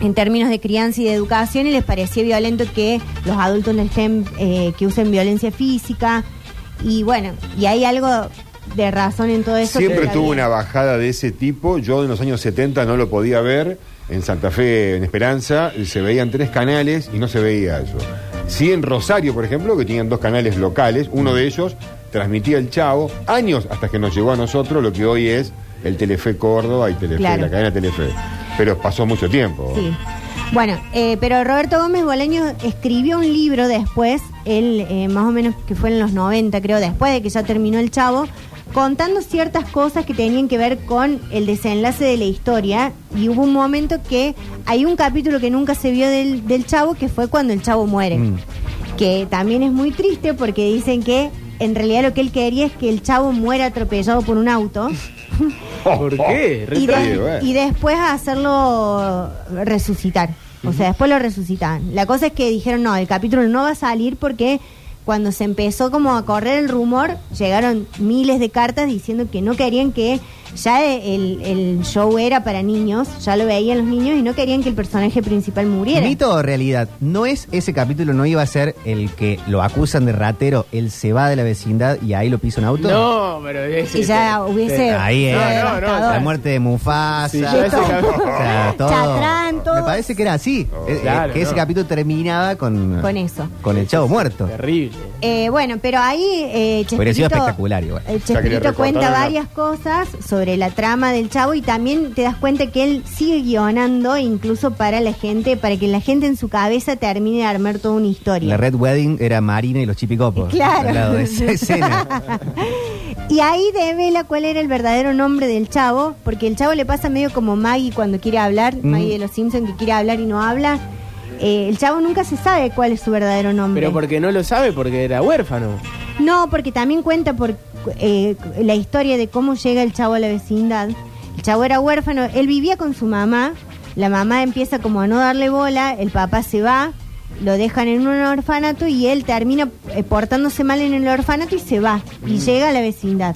D: en términos de crianza y de educación y les parecía violento que los adultos no estén, eh, que usen violencia física. Y bueno, y hay algo de razón en todo eso.
E: Siempre
D: que
E: tuvo
D: había.
E: una bajada de ese tipo. Yo en los años 70 no lo podía ver. En Santa Fe, en Esperanza, se veían tres canales y no se veía eso. Sí, en Rosario, por ejemplo, que tenían dos canales locales. Uno de ellos transmitía el Chavo años hasta que nos llegó a nosotros lo que hoy es el Telefe Córdoba y Telefe,
D: Claro.
E: la cadena Telefe. Pero pasó mucho tiempo.
D: Sí. Bueno, eh, pero Roberto Gómez Bolaño escribió un libro después, él eh, más o menos que fue en los 90, creo, después de que ya terminó El Chavo, contando ciertas cosas que tenían que ver con el desenlace de la historia. Y hubo un momento que hay un capítulo que nunca se vio del, del Chavo, que fue cuando el Chavo muere.
B: Mm.
D: Que también es muy triste porque dicen que en realidad lo que él quería es que el Chavo muera atropellado por un auto.
C: ¿Por qué? Re
D: Y,
E: Está
D: de-
E: bien, bueno.
D: y después hacerlo resucitar. O sea, después lo resucitan. La cosa es que dijeron, no, el capítulo no va a salir porque cuando se empezó como a correr el rumor, llegaron miles de cartas diciendo que no querían que ya e-, el, el show era para niños, ya lo veían los niños y no querían que el personaje principal muriera.
B: Mito o realidad, no es ese capítulo, no iba a ser el que lo acusan de ratero, él se va de la vecindad y ahí lo pisa un auto.
C: No, pero ese-
D: Y ya hubiese...
B: Ahí
D: fue
B: es.
C: No, no, no,
D: devastador.
B: La muerte de Mufasa.
C: Sí, ya ese capítulo-
B: O sea, todo.
D: Chatrán, todo. Oh,
B: Me parece que era así. eh, eh,
C: Claro,
B: que ese
C: no.
B: capítulo terminaba con.
D: Con eso.
B: Con el chavo muerto.
C: Terrible.
D: Eh, bueno, pero ahí eh,
B: Hubiera sido
D: Chespirito-
B: espectacular igual.
D: eh,
E: sea, que le
D: Chespirito
E: recortaron
D: cuenta
E: la-
D: varias cosas sobre sobre la trama del chavo y también te das cuenta que él sigue guionando incluso para la gente, para que la gente en su cabeza termine de armar toda una historia.
B: La Red Wedding era Marina y los chipicopos.
D: Claro.
B: Al lado de esa escena.
D: Y ahí devela cuál era el verdadero nombre del chavo, porque el chavo le pasa medio como Maggie cuando quiere hablar,
B: Mm.
D: Maggie de los Simpsons que quiere hablar y no habla. Eh, el chavo nunca se sabe cuál es su verdadero nombre.
C: Pero porque no lo sabe, porque era huérfano.
D: No, porque también cuenta por eh, la historia de cómo llega el chavo a la vecindad. El chavo era huérfano, él vivía con su mamá, la mamá empieza como a no darle bola, el papá se va, lo dejan en un orfanato y él termina eh, portándose mal en el orfanato y se va y llega a la vecindad.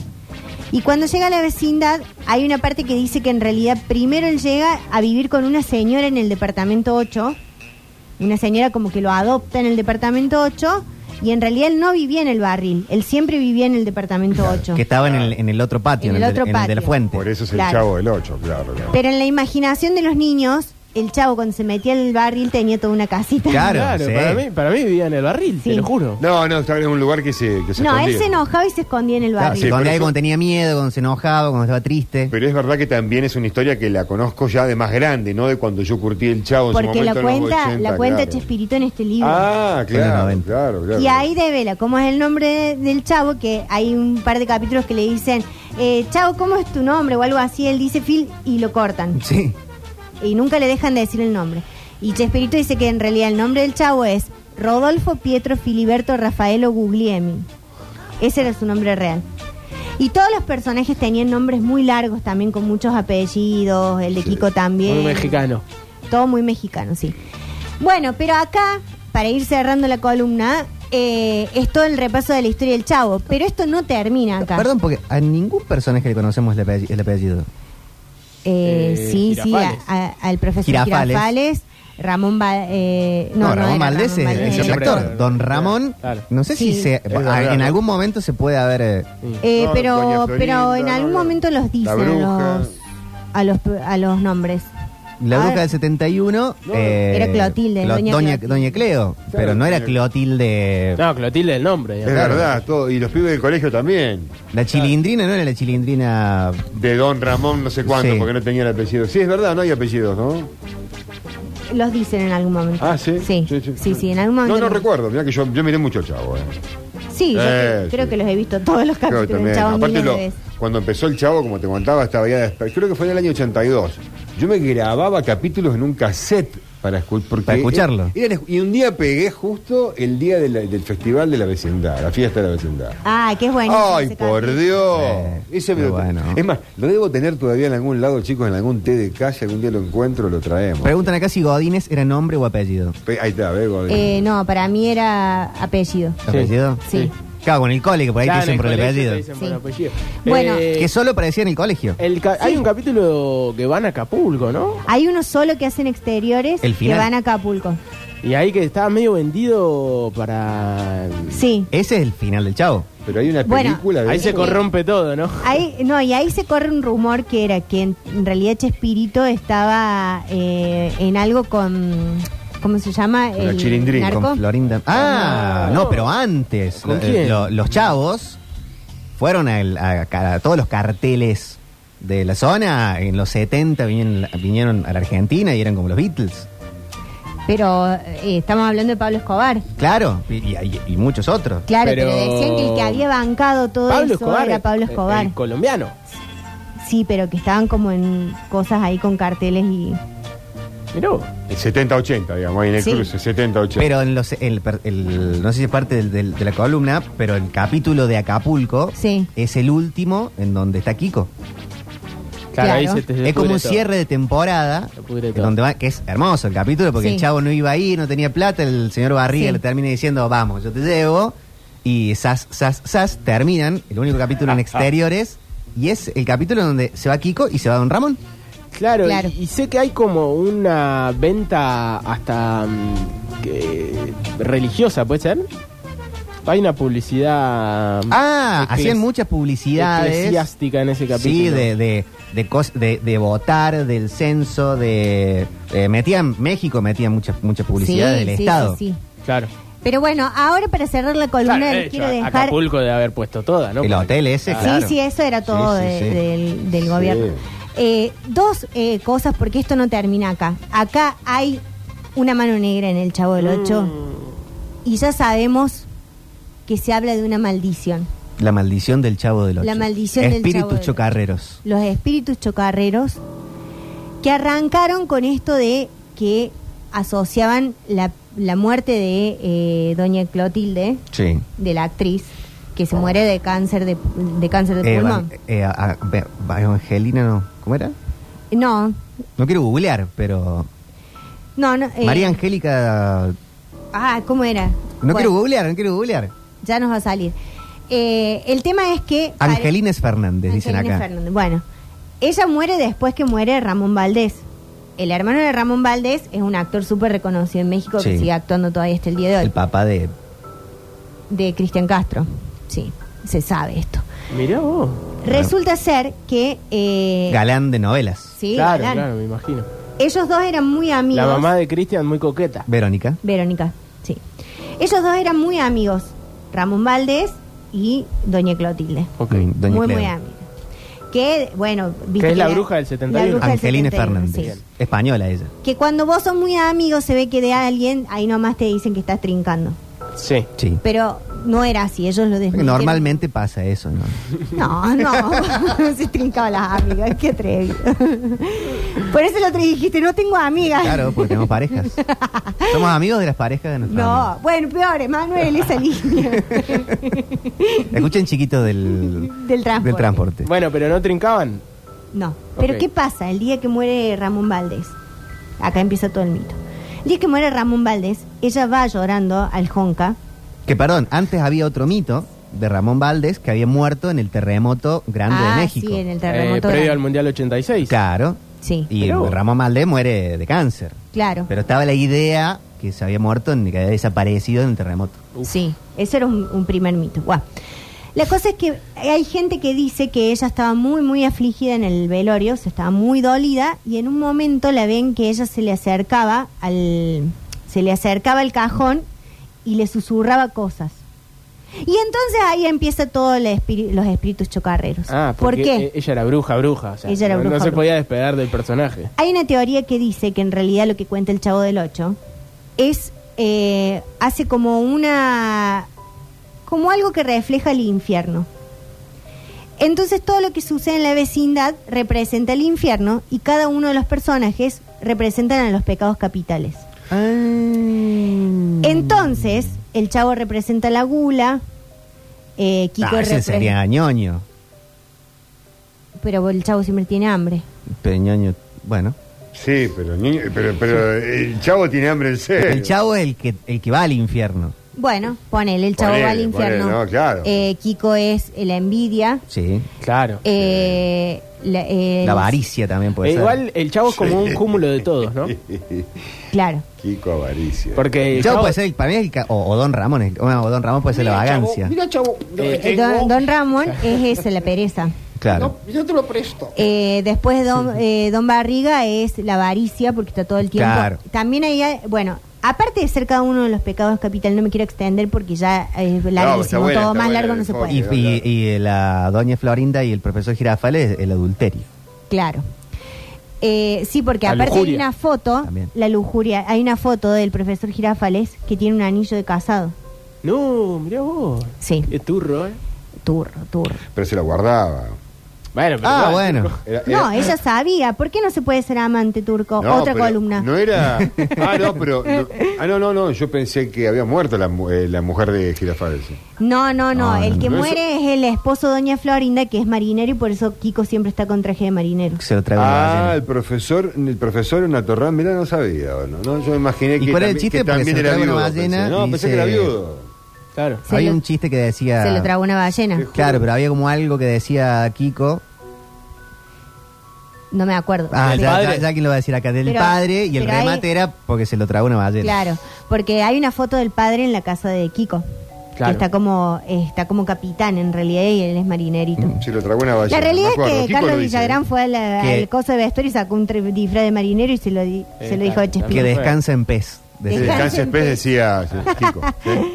D: Y cuando llega a la vecindad hay una parte que dice que en realidad primero él llega a vivir con una señora en el departamento 8 una señora como que lo adopta en el departamento 8 y en realidad él no vivía en el barril, él siempre vivía en el departamento 8.
B: que estaba en el, en el otro patio,
D: En
B: en
D: el
B: el,
D: otro
B: de- en el de la
D: patio.
B: fuente.
E: Por eso es el
D: Claro.
E: chavo del 8, claro. claro.
D: Pero en la imaginación de los niños, el chavo cuando se metía en el barril tenía toda una casita.
B: Claro, sí.
C: para, mí, para mí vivía en el barril,
D: Sí.
C: te lo juro.
E: No, no, estaba en un lugar que se, que se
D: No, él
E: escondía.
D: se enojaba y se escondía en el
B: Claro,
D: barril.
E: Ah, sí,
B: se escondía
E: pero
B: ahí
E: eso-
B: cuando tenía miedo, cuando se enojaba, cuando estaba triste.
E: Pero es verdad que también es una historia que la conozco ya de más grande, no de cuando yo curtí el chavo en su
D: Porque la
E: momento en los
D: cuenta,
E: 80,
D: la cuenta
E: claro.
D: Chespirito en este libro.
E: Ah,
B: En los
E: claro,
B: 90.
E: claro, claro.
D: Y ahí devela cómo es el nombre de- del chavo, que hay un par de capítulos que le dicen, eh, chavo, ¿cómo es tu nombre? o algo así, él dice Phil y lo cortan.
B: Sí.
D: y nunca le dejan de decir el nombre. Y Chespirito dice que en realidad el nombre del chavo es Rodolfo Pietro Filiberto Rafaelo Guglielmi. Ese era su nombre real. Y todos los personajes tenían nombres muy largos también, con muchos apellidos, el de Kiko también.
C: Un mexicano.
D: Todo muy mexicano, sí. Bueno, pero acá, para ir cerrando la columna, eh, es todo el repaso de la historia del chavo. Pero esto no termina acá.
B: Perdón, porque a ningún personaje le conocemos el apellido. El apellido.
D: Eh,
C: Eh,
D: sí,
C: Girafales.
D: sí, a- a- al profesor
B: Girafales.
D: Girafales. Ramón Ba- eh, no,
B: No,
D: no,
B: Ramón
D: era
B: Valdés es,
D: Ramón
B: es
D: Valdés,
B: el
D: era
C: actor.
B: actor. Don Ramón,
C: Claro.
B: no sé si
D: Sí.
B: se,
E: Es verdad,
B: en
E: ¿no?
B: algún momento se puede haber... eh,
D: Eh,
E: No, Doña
D: pero,
E: Florinda,
D: pero en algún
E: no,
D: momento
E: la
D: los dicen a
E: bruja.
D: los, a los a los nombres.
B: La
D: Ah,
B: bruja del 71... eh,
D: Era Clotilde, doña
B: doña,
D: Clotilde.
B: doña Cleo. pero no era Clotilde...
C: No, Clotilde el nombre.
E: Es verdad, todo. Y los pibes del colegio también.
B: La chilindrina no era la chilindrina...
E: De Don Ramón, no sé cuánto,
B: Sí.
E: porque no tenía el apellido. Sí, es verdad, no hay apellidos, ¿no?
D: Los dicen en algún momento.
E: Ah, sí.
D: Sí, sí, sí, en algún momento.
E: No, no
D: los-
E: recuerdo. Mira que yo, yo miré mucho el chavo. eh.
D: Sí, yo
E: Eh,
D: creo- creo
E: sí.
D: que los he visto todos los
E: Creo que
D: capítulos del
E: también.
D: Chavo
E: Aparte,
D: miles de
E: lo-
D: veces.
E: cuando empezó el chavo, como te contaba, estaba ya. desper- Creo que fue en el año 82. Yo me grababa capítulos en un cassette para, escu- porque
B: Para escucharlo.
E: era- era- y un día pegué justo el día de la- del festival de la vecindad, la fiesta de la vecindad.
D: Ah, qué bueno.
E: Ay, por Dios.
B: Sí,
E: Ese me
B: pero
E: lo-
B: bueno.
E: Es más, lo debo tener todavía en algún lado, chicos, en algún té de calle, algún día lo encuentro, lo traemos.
B: Preguntan acá si Godínez era nombre o apellido.
E: Pe- Ahí está, ve, Gordon.
D: Eh, no, para mí era apellido.
B: ¿Apellido?
D: Sí.
B: Claro, con el cole, que por ahí te dicen por el apellido.
D: Bueno.
B: Que solo parecía en el colegio.
C: Eh, El ca- Hay un capítulo que van a Acapulco, ¿no?
D: Hay uno solo que hacen exteriores
B: El
D: que
B: final.
D: van a Acapulco.
C: Y ahí que estaba medio vendido para...
D: Sí.
B: Ese es el final del chavo.
E: Pero hay una
D: bueno,
E: película de
C: Ahí se
E: eso.
C: corrompe todo, ¿no?
D: Ahí, no, y ahí se corre un rumor que era que en, en realidad Chespirito estaba eh, en algo con. ¿Cómo se llama?
E: Con la chilindrina,
D: narco.
B: Con Florinda. Ah,
C: No.
B: no, pero antes.
C: ¿Con
B: lo-
C: quién?
B: lo- los chavos fueron al- a, a- a todos los carteles de la zona. En los 70 vinieron, vinieron a la Argentina y eran como los Beatles.
D: Pero eh, estamos hablando de Pablo Escobar.
B: Claro, y, y- y muchos otros.
D: Claro, pero...
C: Pero-
D: decían que el que había bancado todo eso era Pablo Escobar.
C: el- el colombiano.
D: Sí, pero que estaban como en cosas ahí con carteles y.
C: Mirá vos.
E: El 70-80, digamos, ahí en el
D: Sí.
E: cruce, 70-80.
B: Pero en los, el, el- no sé si es parte del- del- de la columna, pero el capítulo de Acapulco
D: Sí.
B: es el último en donde está Kiko.
D: Claro.
B: es como
C: pudre
B: un
C: todo.
B: cierre de temporada.
C: Se pudre
B: en
C: todo.
B: Donde va- que es hermoso el capítulo porque
D: Sí.
B: el chavo no iba ahí, no tenía plata. El señor Barriga
D: Sí.
B: le termina diciendo, vamos, yo te llevo. Y sas, sas, sas, terminan. El único capítulo en exteriores. Y es el capítulo donde se va Kiko y se va Don Ramón.
C: Mm. Claro,
D: Claro.
C: Y, y sé que hay como una venta hasta mm, que- religiosa, ¿puede ser? Hay una publicidad mm,
B: Ah,
C: eclesi-
B: hacían muchas publicidades.
C: eclesiástica en ese este capítulo.
B: Sí, de, de, de, cos- de- de votar, del censo, de... eh, metían, México metía muchas muchas publicidades
D: Sí,
B: del
D: sí,
B: Estado.
D: sí, sí.
C: Claro.
D: Pero bueno, ahora para cerrar la columna
C: Claro, de
D: les
C: hecho,
D: quiero
C: a-
D: dejar.
C: Acapulco de haber puesto toda, ¿no?
B: El
C: Porque-
B: hotel ese,
C: Ah,
B: claro.
D: Sí, sí, eso era todo
B: Sí, sí,
D: de-
B: sí.
D: del, del
E: Sí.
D: gobierno. Eh, dos eh, cosas, porque esto no termina acá. Acá hay una mano negra en el Chavo del Ocho y ya sabemos que se habla de una maldición.
B: La maldición del Chavo del Ocho.
D: La maldición del
B: Espíritus
D: Chavo del Ocho.
B: chocarreros.
D: Los espíritus chocarreros que arrancaron con esto de que asociaban la, la muerte de eh, Doña Clotilde,
B: Sí.
D: de la actriz, que se muere de cáncer de, de cáncer de
B: Evan-
D: pulmón.
B: eh, a- a- Evangelina, no. ¿Cómo era?
D: No,
B: No quiero googlear, pero.
D: no, no. eh,
B: María Angélica.
D: Ah, ¿cómo era?
B: No
D: Bueno,
B: quiero googlear, no quiero googlear.
D: Ya nos va a salir. Eh, el tema es que...
B: Angelines Fernández, dicen
D: Angelina
B: acá.
D: Fernández. Bueno, ella muere después que muere Ramón Valdés. El hermano de Ramón Valdés es un actor súper reconocido en México que
B: Sí.
D: sigue actuando todavía hasta el día de
B: El
D: hoy.
B: papá de.
D: De Cristian Castro. Sí, se sabe esto.
C: Mirá vos.
D: Resulta ser que... eh,
B: Galán de novelas.
D: sí,
C: claro,
D: Galán.
C: claro, me imagino.
D: Ellos dos eran muy amigos.
C: La mamá de Cristian muy coqueta.
B: Verónica.
D: Verónica, sí. Ellos dos eran muy amigos. Ramón Valdés y Doña Clotilde.
C: Ok.
B: Mm, Doña
D: muy,
B: Cleo.
D: muy amiga. Que, bueno, viste
C: Que es la
D: era-
C: bruja del 71.
D: la bruja del
B: Angelina
D: 71,
B: Fernández.
D: sí.
B: Española ella.
D: Que cuando vos sos muy amigo se ve que de alguien, ahí nomás te dicen que estás trincando.
C: Sí.
B: Sí.
D: Pero no era así, ellos lo
B: Porque
D: desmintieron.
B: Normalmente pasa eso, ¿no?
D: No, no, se trincaba las amigas, qué atrevido. Por eso lo otro día dijiste, no tengo amigas.
B: Claro, porque tenemos parejas. Somos amigos de las parejas de nuestra
D: No, bueno, peor, Manuel, esa línea.
B: Escuchen chiquitos del,
D: Del transporte.
B: Del transporte.
C: Bueno, pero no trincaban.
D: No. Pero
C: Ok.
D: ¿qué pasa el día que muere Ramón Valdés? Acá empieza todo el mito. El día que muere Ramón Valdés, ella va llorando al Jonca.
B: Que perdón, antes había otro mito de Ramón Valdés que había muerto en el terremoto grande
D: Ah,
B: de México.
D: Sí, en el
C: Eh,
D: terremoto.
C: previo
D: grande.
C: al Mundial 86.
B: Claro.
D: Sí,
B: Y
C: Pero-
B: Ramón Valdés muere de cáncer.
D: claro.
B: Pero estaba la idea que se había muerto, en- que había desaparecido en el terremoto.
C: Uf.
D: Sí, ese era un, un primer mito. Guau. La cosa es que hay gente que dice que ella estaba muy, muy afligida en el velorio, se estaba muy dolida y en un momento la ven que ella se le acercaba al, se le acercaba al cajón y le susurraba cosas. Y entonces ahí empieza todo el espíri- los espíritus chocarreros.
C: Ah, porque
D: ¿Por qué?
C: e- ella era bruja, bruja. o sea,
D: Ella era
C: no, no
D: bruja,
C: se
D: bruja.
C: podía despegar del personaje.
D: Hay una teoría que dice que en realidad lo que cuenta el Chavo del Ocho es eh, hace como una como algo que refleja el infierno. Entonces todo lo que sucede en la vecindad representa el infierno y cada uno de los personajes representan a los pecados capitales. Ah.
E: Mm.
B: Ah,
D: Entonces el Chavo representa la gula, eh, Kiko
B: Ah, ese
D: repre-
B: sería ñoño.
D: pero el Chavo siempre tiene hambre.
B: Pero ñoño, bueno.
E: Sí, pero, niño- pero, pero eh, el chavo tiene hambre en serio.
B: El chavo es el que, el que va al infierno.
D: Bueno, ponele, el chavo
E: Ponele,
D: va al infierno.
E: ponele, no, claro.
D: Eh, Kiko es eh, la envidia.
B: Sí.
C: Claro.
D: eh, la, eh,
B: La avaricia también puede
C: Eh,
B: ser.
C: igual el chavo es como un cúmulo de todos, ¿no?
D: Claro.
E: Kiko Avaricia.
B: El
C: Porque
B: chavo puede ser, el- para mí, es el ca- o, o Don Ramón. es- bueno, o Don Ramón puede ser la vagancia.
G: chavo,
C: Eh,
D: Eh, Don, don Ramón es ese, la pereza.
B: Claro.
G: yo te lo presto.
D: Eh, después don, eh, don Barriga es la avaricia porque está todo el tiempo.
B: Claro.
D: También hay, bueno, aparte de ser cada uno de los pecados capital, no me quiero extender porque ya eh, es larguísimo,
E: buena,
D: todo
E: está
D: más
E: buena
D: largo
E: el
D: no se
E: enfoque.
D: puede.
B: Y, y- y eh, la doña Florinda y el profesor Girafales, el adulterio.
D: Claro. Eh, sí, porque
C: La
D: aparte hay
C: lujuria.
D: una foto,
B: También.
D: la lujuria, hay una foto del profesor Girafales que tiene un anillo de casado.
C: eh, No, mirá vos.
D: Sí.
C: Qué turro, ¿eh?
D: Turro, turro.
E: Pero se la guardaba.
C: Bueno, pero
B: Ah,
C: igual,
B: bueno.
E: Era-
D: No,
E: era-
D: ella sabía. ¿Por qué no se puede ser amante turco?
E: No,
D: Otra
E: pero
D: columna.
E: No era. Ah, no, pero. no- ah, no, no, no. Yo pensé que había muerto la, mu- eh, la mujer de Girafales.
D: No, no, no.
B: No,
D: el
B: no,
D: que
E: no.
D: muere es el esposo de Doña Florinda, que es marinero, y por eso Kiko siempre está con traje de marinero.
B: Se lo trae una
E: Ah, el
B: ballena.
E: profesor, el profesor en la torre, mirá, no sabía. ¿no? No, Yo me imaginé
B: ¿Y
E: que,
B: cuál era el
E: tambi-
B: chiste?
E: que
B: Porque
E: también
B: se
E: era
B: trae una
E: viudo.
B: ballena
E: pensé. No,
B: y
E: pensé
B: se-
E: que era viudo.
C: Claro.
D: Se
B: Había
D: lo-
B: un chiste que decía.
D: Se lo tragó una ballena.
B: Claro, pero había como algo que decía Kiko.
D: No me acuerdo.
B: Ah,
D: Pero-
B: ya,
C: padre.
B: ya, ya quién lo va a decir acá. Del
D: Pero-
B: padre y el
D: pero ahí-
B: remate era porque se lo tragó una ballena.
D: Claro, porque hay una foto del padre en la casa de Kiko.
C: Claro.
D: Que está como, está como capitán en realidad y él es marinerito.
E: Se lo tragó una ballena.
D: La realidad
E: Mm.
D: es
E: me acuerdo.
D: que
E: Kiko
D: Carlos
E: lo dice. ¿eh?
D: Villagrán fue a la-
B: Que-
D: al coso de vestuario y sacó un tre- disfraz de marinero y se lo, di-
C: Eh,
D: se lo dijo a
C: claro,
B: Que
D: Chespirito.
B: descansa en pez. Decía,
D: Descansa.
E: Descanse
D: en
E: Pez
D: paz.
E: decía sí, Kiko. sí.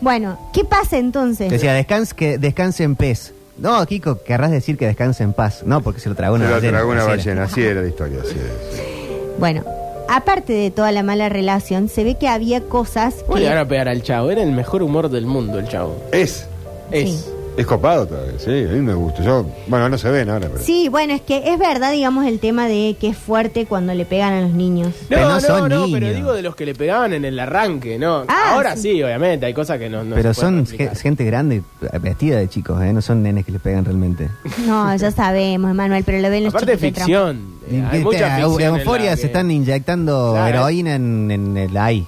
D: Bueno, ¿qué pasa entonces?
B: decía, descanse, que descanse en pez. No, Kiko, querrás decir que descanse en paz. No, porque se lo tragó una
E: Se lo
B: ballena.
E: tragó una
B: así era.
E: ballena, así era la historia. así era.
D: Bueno, aparte de toda la mala relación, se ve que había cosas que...
C: Voy a llegar a pegar al chavo. Era el mejor humor del mundo el chavo.
E: Es,
C: Es.
D: Sí.
E: es copado todavía, sí, a mí me gusta. Yo, bueno, no se ven ahora, pero.
D: Sí, bueno, es que es verdad, digamos, el tema de que es fuerte cuando le pegan a los niños.
B: Pero no
C: No, no,
B: son
C: no, pero
B: niños.
C: digo de los que le pegaban en el arranque, ¿no?
D: Ah,
C: Ahora
D: sí.
C: sí. obviamente, hay cosas que no, no
B: Pero
C: se
B: son
C: pueden replicar.
B: ge- gente grande, vestida de chicos, ¿eh? No son nenes que les pegan realmente.
C: Eh,
D: No, ya sabemos, Manuel, pero lo ven los
C: Aparte de
D: chiquitos de
C: ficción. eh, hay
B: Eh,
C: mucha
B: eh,
C: ficción en la
B: euforia se
C: que-
B: están inyectando
C: Claro.
B: heroína en, en el ahí.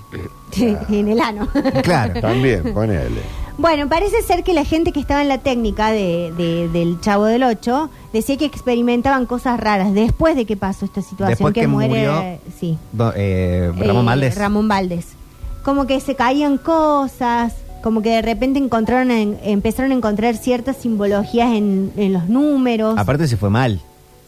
D: Trump. en el ano.
B: Ah. Claro.
E: También, ponele.
D: Bueno, parece ser que la gente que estaba en la técnica de, de- del Chavo del Ocho decía que experimentaban cosas raras después de que pasó esta situación.
B: Después que
D: muere,
B: murió-
D: sí,
B: No, eh,
D: eh,
B: Ramón Valdés.
D: Ramón Valdés. Como que se caían cosas, como que de repente encontraron, en- empezaron a encontrar ciertas simbologías en, en los números.
B: Aparte se fue mal.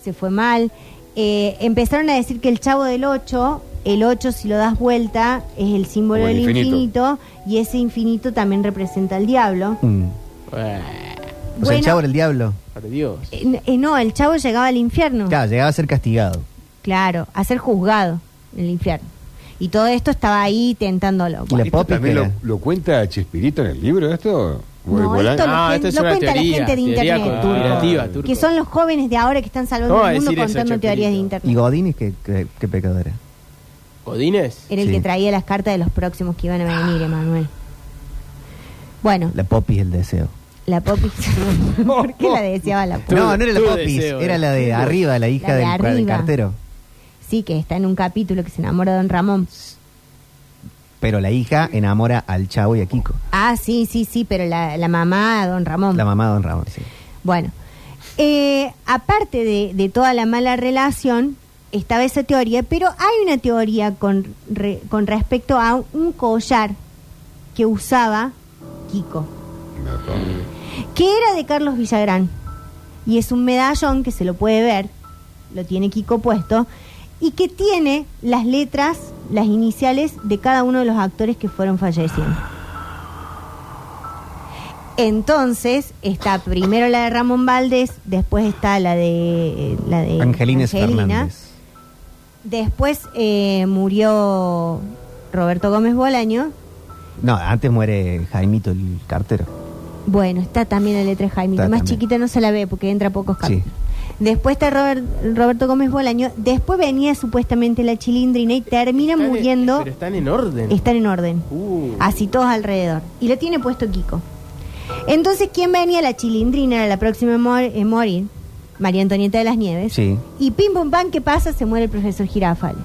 D: se fue mal. Eh, empezaron a decir que el chavo del 8, el 8 si lo das vuelta es el símbolo
E: Como el
D: del infinito.
E: infinito.
D: y ese infinito también representa al diablo.
B: Mm. O
C: Eh,
B: sea, el
D: Bueno,
B: chavo era el diablo.
C: por Dios.
D: eh, eh, no, el chavo llegaba al infierno.
B: Claro, llegaba a ser castigado.
D: Claro, a ser juzgado en el infierno. Y todo esto estaba ahí tentándolo.
B: Y la
D: Bueno,
E: ¿Esto
B: popi
E: ¿También
B: que
E: lo,
B: era.
E: lo cuenta Chespirito en el libro esto? ¿O el
D: no,
E: volán-
D: esto lo,
C: Ah,
D: gen-
C: esto es
D: lo
C: una
D: cuenta
C: teoría,
D: la gente de
C: teoría
D: internet,
C: conspirativa,
D: turco,
C: turco.
D: que son los jóvenes de ahora que están salvando
C: ¿Cómo va a
D: el mundo
C: decir eso,
D: contando teorías
C: Chespirito?
D: de
B: ¿Y
D: internet.
B: Godínez qué, qué, qué pecado era?
C: ¿Godines?
D: Era el
B: Sí.
D: que traía las cartas de los próximos que iban a venir, Emanuel. Bueno,
B: La popi es el deseo.
D: La Popis. ¿Por qué la deseaba la Popis?
B: no, no era la
C: tu
B: popis,
C: deseo,
B: era
C: eh.
B: la de arriba, la hija
D: La de
B: del, cua- del
D: arriba.
B: cartero.
D: Sí, que está en un capítulo que se enamora de Don Ramón.
B: Pero la hija enamora al chavo y a Kiko.
D: Ah, sí, sí, sí, pero la, la mamá, Don Ramón.
B: La mamá de Don Ramón, sí.
D: Bueno, eh, aparte de, de toda la mala relación, estaba esa teoría, pero hay una teoría con, re- con respecto a un collar que usaba Kiko, que era de Carlos Villagrán. Y es un medallón que se lo puede ver, lo tiene Kiko puesto, y que tiene las letras, las iniciales de cada uno de los actores que fueron falleciendo. Entonces está primero la de Ramón Valdés, después está la de la de
B: Angelines
D: Eh, Angelina.
B: Fernández.
D: Después eh, murió Roberto Gómez Bolaño.
B: No, antes muere Jaimito el cartero.
D: Bueno, está también la letra de Jaimito.
B: Está
D: Más
B: también.
D: chiquita no se la ve porque entra pocos
B: Sí.
D: capítulos. Después está Robert- Roberto Gómez Bolaño. Después venía supuestamente la chilindrina y termina
C: Están en-
D: muriendo.
C: pero están en orden.
D: están en orden.
C: Uh.
D: Así todos alrededor. Y lo tiene puesto Kiko. Entonces, ¿quién venía? La chilindrina era la próxima a mor- eh, morir. María Antonieta de las Nieves.
B: Sí.
D: Y pim pum pam, ¿qué pasa? Se muere el profesor Girafales.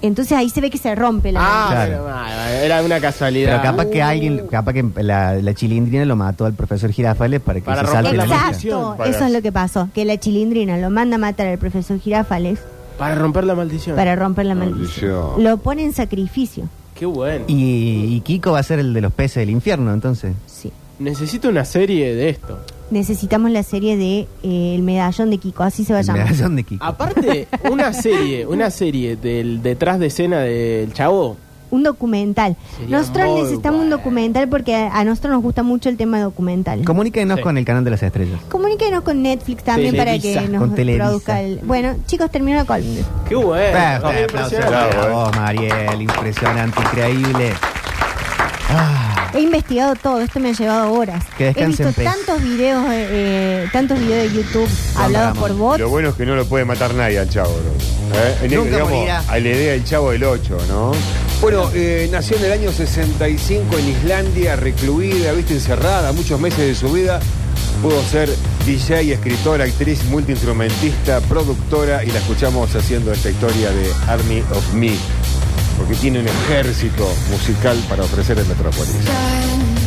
D: Entonces ahí se ve que se rompe la.
C: Ah,
B: Claro.
C: bueno, ah, era una casualidad. Uh,
B: Pero capaz que alguien, capaz que la, la chilindrina lo mató al profesor Girafales para que
C: Para
B: se
C: romper
B: salte la
C: la
B: lista.
C: maldición.
D: Exacto,
E: Para-
D: eso es lo que pasó. Que la chilindrina lo manda a matar al profesor Girafales
C: Para romper la maldición.
D: para romper la
E: Maldición.
D: maldición. Lo pone en sacrificio.
C: Qué bueno.
B: Y, y Kiko va a ser el de los peces del infierno, entonces.
D: Sí.
C: Necesito una serie de esto.
D: Necesitamos la serie de eh, El medallón de Kiko, así se va a
B: El
D: llamar.
B: medallón de
C: Ah.
B: Kiko.
C: Aparte, una serie, una serie del detrás de escena del chavo.
D: Un documental.
C: Sería
D: nosotros
C: muy
D: necesitamos un
C: bueno.
D: documental porque a, a nosotros nos gusta mucho el tema documental.
B: Comuníquenos
C: Sí.
B: con el canal de las estrellas.
D: Comuníquenos con Netflix también
C: Televisa,
D: para que nos
B: con Televisa.
D: produzca el... Bueno, chicos, termino la columna.
C: Qué bueno.
B: Ah, un
C: Qué
B: aplauso
C: Eh, impresionante.
E: Bravo,
B: para
E: eh.
B: vos, Mariel. Impresionante, increíble. Ah,
D: He investigado todo, esto me ha llevado horas.
B: Que pues.
D: He
B: descanse
D: visto
B: en paz.
D: tantos videos, eh, eh, tantos videos de YouTube
B: Juan
D: hablados
B: Ramón.
D: por bots.
E: Lo bueno es que no lo puede matar nadie al chavo, ¿no? ¿Eh? En el-
B: Nunca
E: digamos,
B: morirá.
E: A la idea del chavo del 8, ¿no? Bueno, eh, nació en el año 65 en Islandia, recluida, viste, encerrada, muchos meses de su vida. Pudo ser DJ, escritora, actriz, multiinstrumentista, productora y la escuchamos haciendo esta historia de Army of Me, porque tiene un ejército musical para ofrecer en Metrópolis.
G: Time